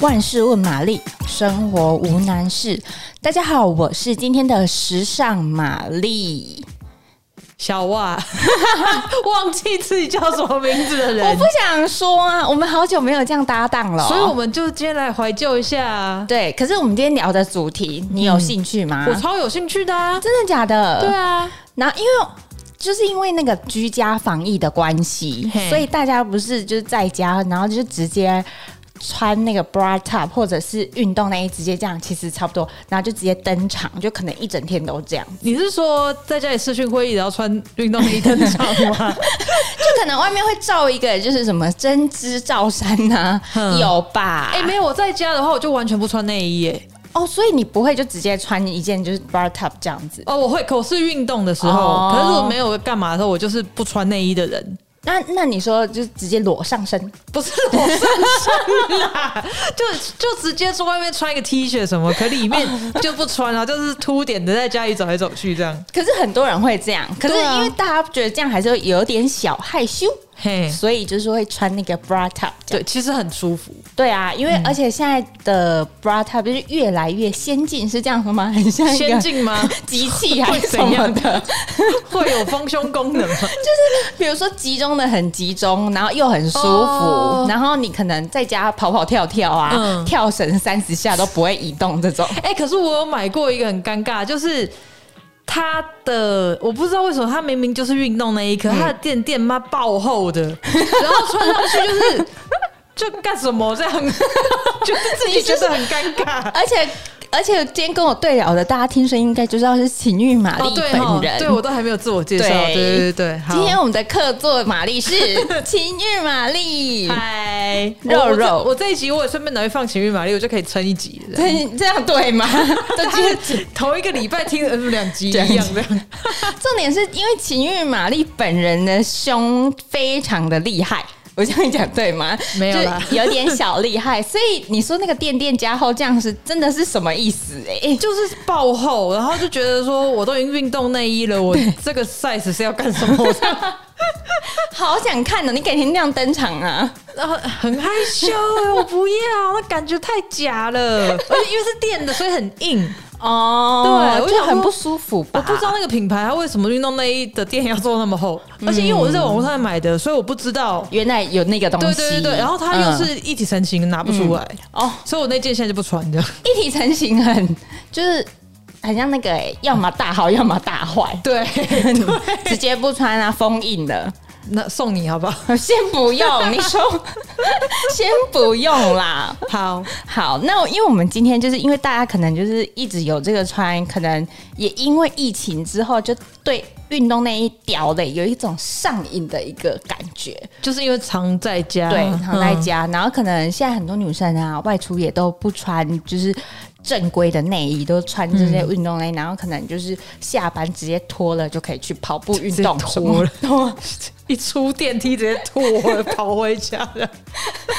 万事问玛丽，生活无难事。大家好，我是今天的时尚玛丽。小袜， 忘记自己叫什么名字的我人不，想说啊，我们好久没有这样搭档了哦、所以我们就今天来怀旧一下啊。对，可是我们今天聊的主题，你有兴趣吗？嗯哦我超有兴趣的啊！啊真的假的？对啊，然后因为。就是因为那个居家防疫的关系嘿，所以大家不是就是在家，然后就直接穿那个 bra top 或者是运动内衣，直接这样，其实差不多，然后就直接登场，就可能一整天都这样，你是说在家里视讯会议，然后穿运动衣登场吗？就可能外面会罩一个就是什么针织罩衫呐、哼有吧？ 哎、没有，我在家的话，我就完全不穿内衣耶。哦，所以你不会就直接穿一件就是 bra top 这样子？哦，我会，可我是运动的时候，哦可是我没有干嘛的时候，我就是不穿内衣的人。那那你说就直接裸上身？不是我上身啦， 就就直接从外面穿一个 T 恤什么，可里面就不穿啊，就是凸点的在家里走来走去这样。可是很多人会这样，可是对啊因为大家觉得这样还是会有点小害羞。嘿，所以就是会穿那个 bra top 这样。对，其实很舒 服。对啊，因为而且现在的 bra top 就是越来越先进，是这样说吗？很像一个先进 吗？ 机器还是什会怎么样的，会有丰胸功能吗？比如说集中的很集中，然后又很舒服，哦然后你可能在家跑跑跳跳啊，嗯跳绳三十下都不会移动 这种。哎、可是我有买过一个很尴尬，就是它的我不知道为什么它明明就是运动内衣，可它的垫垫妈爆厚 的，然后穿上去就是。就干什么 这样？就是自己觉得很尴尬。而且而且今天跟我对聊的，大家听声音应该就知道是情欲玛丽对本哦人。对我都还没有自我介绍。对对对对对，好今天我们的客座玛丽是情欲玛丽。嗨肉我我这肉我这一集我也顺便拿去放情欲玛丽，我就可以撑一集 了。这这样对 吗？都今天就是头一个礼拜听嗯两集一这样样这样。 重点是因为情欲玛丽本人的胸非常的厉害。我这样讲对吗？没有啦就有点小厉害。所以你说那个垫垫加厚这样是真的是什么意思、欸？哎，就是爆厚，然后就觉得说我都已经运动内衣了，我这个 size 是要干什么？这样好想看哦呢、你改天那样登场啊！然后很害羞哎，我不要，那感觉太假了，而且因为是电的，所以很硬。哦对就我想很说不舒服吧？我不知道那个品牌它为什么运动内衣的垫要做那么厚，嗯而且因为我是在网络上买的，所以我不知道。原来有那个东对西。对对对，然后它又是一体成型，拿不出来，嗯、哦，所以我那件现在就不穿的。一体成型很就是很像那个、欸，要么大好，要么大坏， 对，直接不穿啊，封印了。那送你好不好？ 先不用，你 说先不用啦。好，好，那因为我们今天就是因为大家可能就是一直有这个穿，可能也因为疫情之后就对运动内衣屌的有一种上瘾的一个感觉，就是因为常在家，对，躺在嗯家，然后可能现在很多女生啊外出也都不穿，就是。正规的内衣都穿这些运动内衣，然后可能就是下班直接脱了就可以去跑步运动直接什脱么了的，脱 一出电梯直接吐，我跑回家了。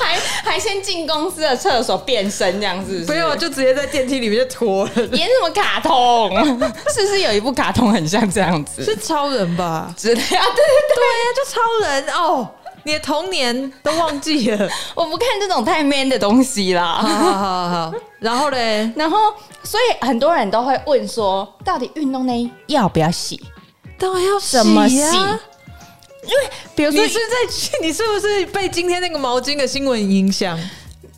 还还先进公司的厕所变身这样子， 没有，就直接在电梯里面就脱了。演什么卡通？ 是不是有一部卡通很像这样子？是超人吧？之类 啊，对对对呀、就超人哦。你的童年都忘记了，对，我不看这种太 man 的东西啦。 好好好好。然后嘞，然后，所以很多人都会问说，到底运动内衣要不要洗？当然要怎么洗洗啊？比如你说是在 你是不是被今天那个毛巾的新闻影响？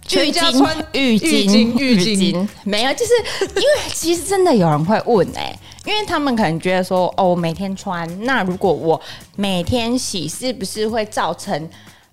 全浴家巾穿、浴 巾、浴巾、浴巾，没有，就是因为其实真的有人会问哎、 因为他们可能觉得说，哦，我每天穿，那如果我每天洗，是不是会造成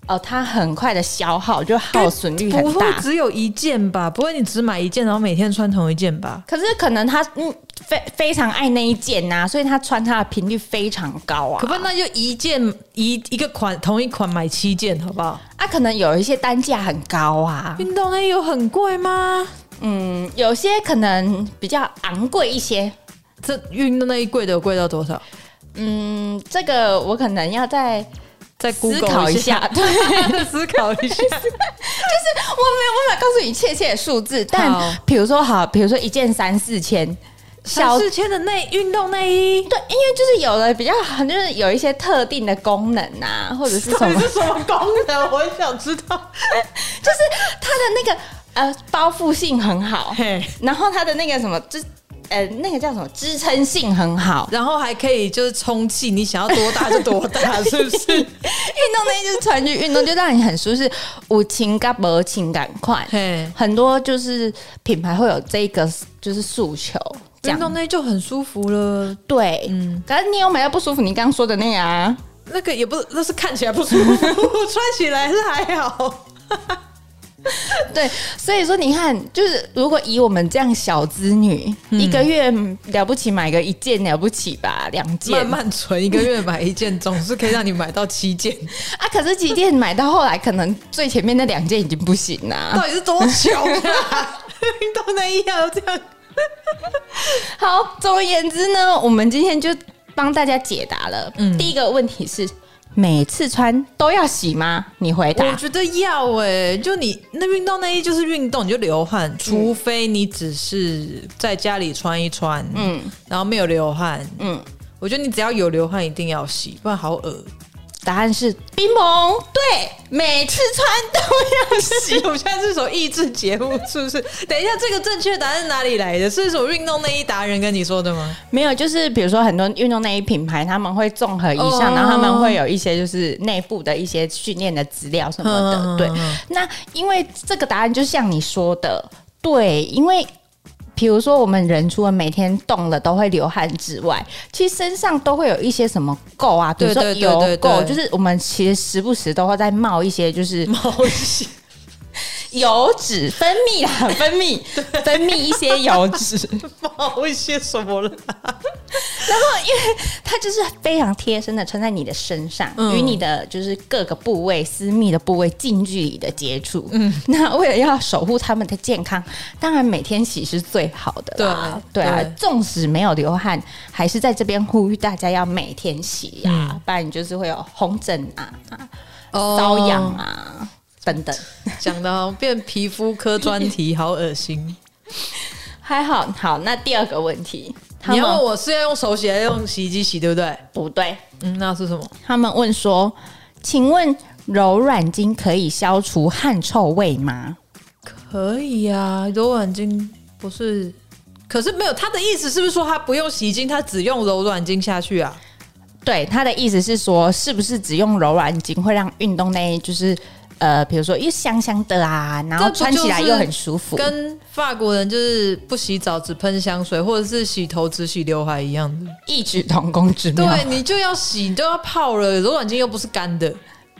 呃它很快的消耗，就耗损率不很会大？只有一件吧？不会你只买一件，然后每天穿同一件吧？可是可能他嗯非非常爱那一件呐、所以他穿它的频率非常高啊。可不，那就一件一一个款同一款买七件，好不好？啊，可能有一些单价很高啊，运动内衣有很贵吗？嗯，有些可能比较昂贵一些。这运动内衣贵的有贵到多少？嗯，这个我可能要再再思考 Google 一一下，下。 对，我没有 思考一下。办法告诉你确切的数字，但好比如说好，比如说一件三四千，小四千的内运动内衣对，因为就是有了比较，就是有一些特定的功能啊，或者是什么到底，是什么功能？我很想知道。就是它的那个呃包覆性很好嘿，然后它的那个什么支呃那个叫什么支撑性很好，然后还可以就是充气，你想要多大就多 大，是不是？运动内衣就是穿去运动，就让你很舒适，无情感无情感款。嘿，很多就是品牌会有这个就是诉求，这运样动内就很舒服了。对，嗯可是你有买到不舒服，你刚刚说的那个啊，那个也不是，那是看起来不舒服，穿起来是还好。对，所以说你看，就是如果以我们这样小资女，嗯一个月了不起买个一件了不起吧，两件慢慢存，一个月买一件，总是可以让你买到七件。啊，可是旗舰买到后来，可能最前面那两件已经不行啦、到底是多穷啊？ 运动内衣要这样，好，总而言之呢，我们今天就帮大家解答了。嗯第一个问题是，每次穿都要洗吗？你回我答。觉得要哎、就你那运动内衣就是运动，你就流汗，除非你只是在家里穿一穿，嗯，然后没有流汗，嗯，我觉得你只要有流汗一定要洗，不然好 恶。答案是冰蒙，对，每次穿都要洗。我们现在是什么益智节目？是不是？ 等一下，这个正确答案是哪里来的？是什么运动内衣达人跟你说的吗？没有，就是比如说很多运动内衣品牌，他们会综合以上，哦然后他们会有一些就是内部的一些训练的资料什么的。嗯对，那因为这个答案就像你说的，对，因为。比如说，我们人除了每天动了都会流汗之外，其实身上都会有一些什么垢啊，比如说对对对油对对嗯垢，就是我们其实时不时都会在冒一些就是毛线。油脂分泌啦， 分泌分泌一些油脂，冒一些什么了？它就是非常贴身的穿在你的身上，与、嗯你的就是各个部位、私密的部位近距离的接触。嗯， 那为了要守护他们的健康，当然每天洗是最好的啦。对对啊对，纵使没有流汗，还是在这边呼吁大家要每天洗呀、嗯不然你就是会有红疹啊、哦瘙痒啊。等等，讲的好像变皮肤科专题，好恶 心。还好好。那第二个问题，他你要问们我是要用手洗还是用洗衣机洗，对不对？不对，嗯，那是什么？他们问说：“请问柔软巾可以消除汗臭味吗可以啊，柔软巾不是，可是没有他的意思，是不是说他不用洗衣精，他只用柔软巾下去啊？？”对，他的意思是说，是不是只用柔软巾会让运动内衣就是呃，比如说又香香的啊，然后这不穿起来就是又很舒服？跟法国人就是不洗澡只喷香水，或者是洗头只洗刘海一样的。异曲同工之妙。对你就要洗，你都要泡了，柔软巾又不是干的，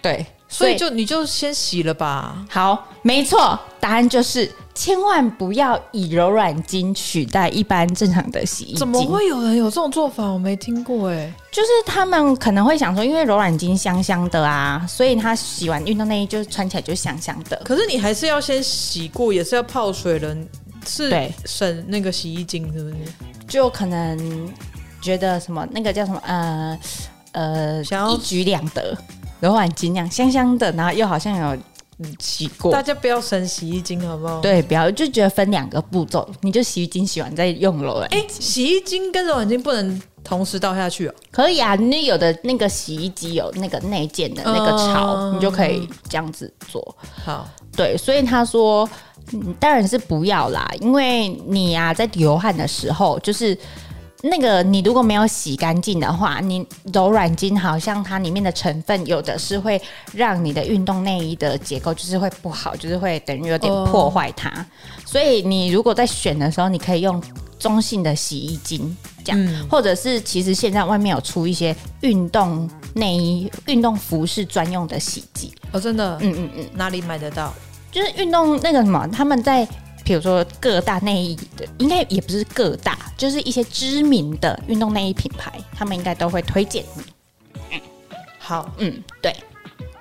对，所以就你就先洗了吧。好，没错，答案就是千万不要以柔软巾取代一般正常的洗衣怎么巾。会有人有这种做法？我没听过哎、就是他们可能会想说，因为柔软巾香香的啊，所以他洗完运动内衣就穿起来就香香的。可是你还是要先洗过，也是要泡水了，是对省那个洗衣精是不是？就可能觉得什么那个叫什么呃呃，想要一举两得，柔软精那样香香的，然后又好像有嗯洗过大。家不要省洗衣精好不好？，对，不要就觉得分两个步骤，你就洗衣精洗完再用欸柔软。哎、洗衣精跟柔软巾不能同时倒下去哦。可以啊，你有的那个洗衣机有那个内建的那个槽，嗯你就可以这样子做。好，对，所以他说，嗯，当然是不要啦，因为你呀、在流汗的时候，就是那个你如果没有洗干净的话，你柔软巾好像它里面的成分有的是会让你的运动内衣的结构就是会不好，就是会等于有点哦破坏它。所以你如果在选的时候，你可以用中性的洗衣精。这样，嗯或者是其实现在外面有出一些运动内衣、运动服饰专用的洗剂，哦，真的，嗯嗯嗯，哪里买得到？就是运动那个什么，他们在比如说各大内衣的，应该也不是各大，就是一些知名的运动内衣品牌，他们应该都会推荐你。好，嗯，对。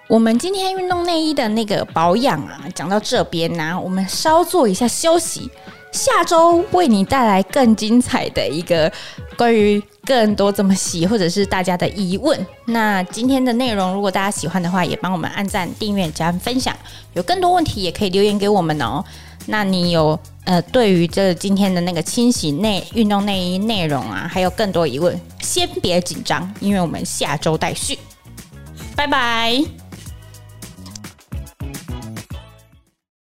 我们今天运动内衣的那个保养啊，讲到这边呢、我们稍做一下休息，下周为你带来更精彩的一个关于更多怎么洗或者是大家的疑问。那今天的内容，如果大家喜欢的话，也帮我们按赞、订阅、加分享。有更多问题也可以留言给我们哦。那你有呃，对于这今天的那个清洗内运动内衣内容啊，还有更多疑问，先别紧张，因为我们下周待续。拜拜。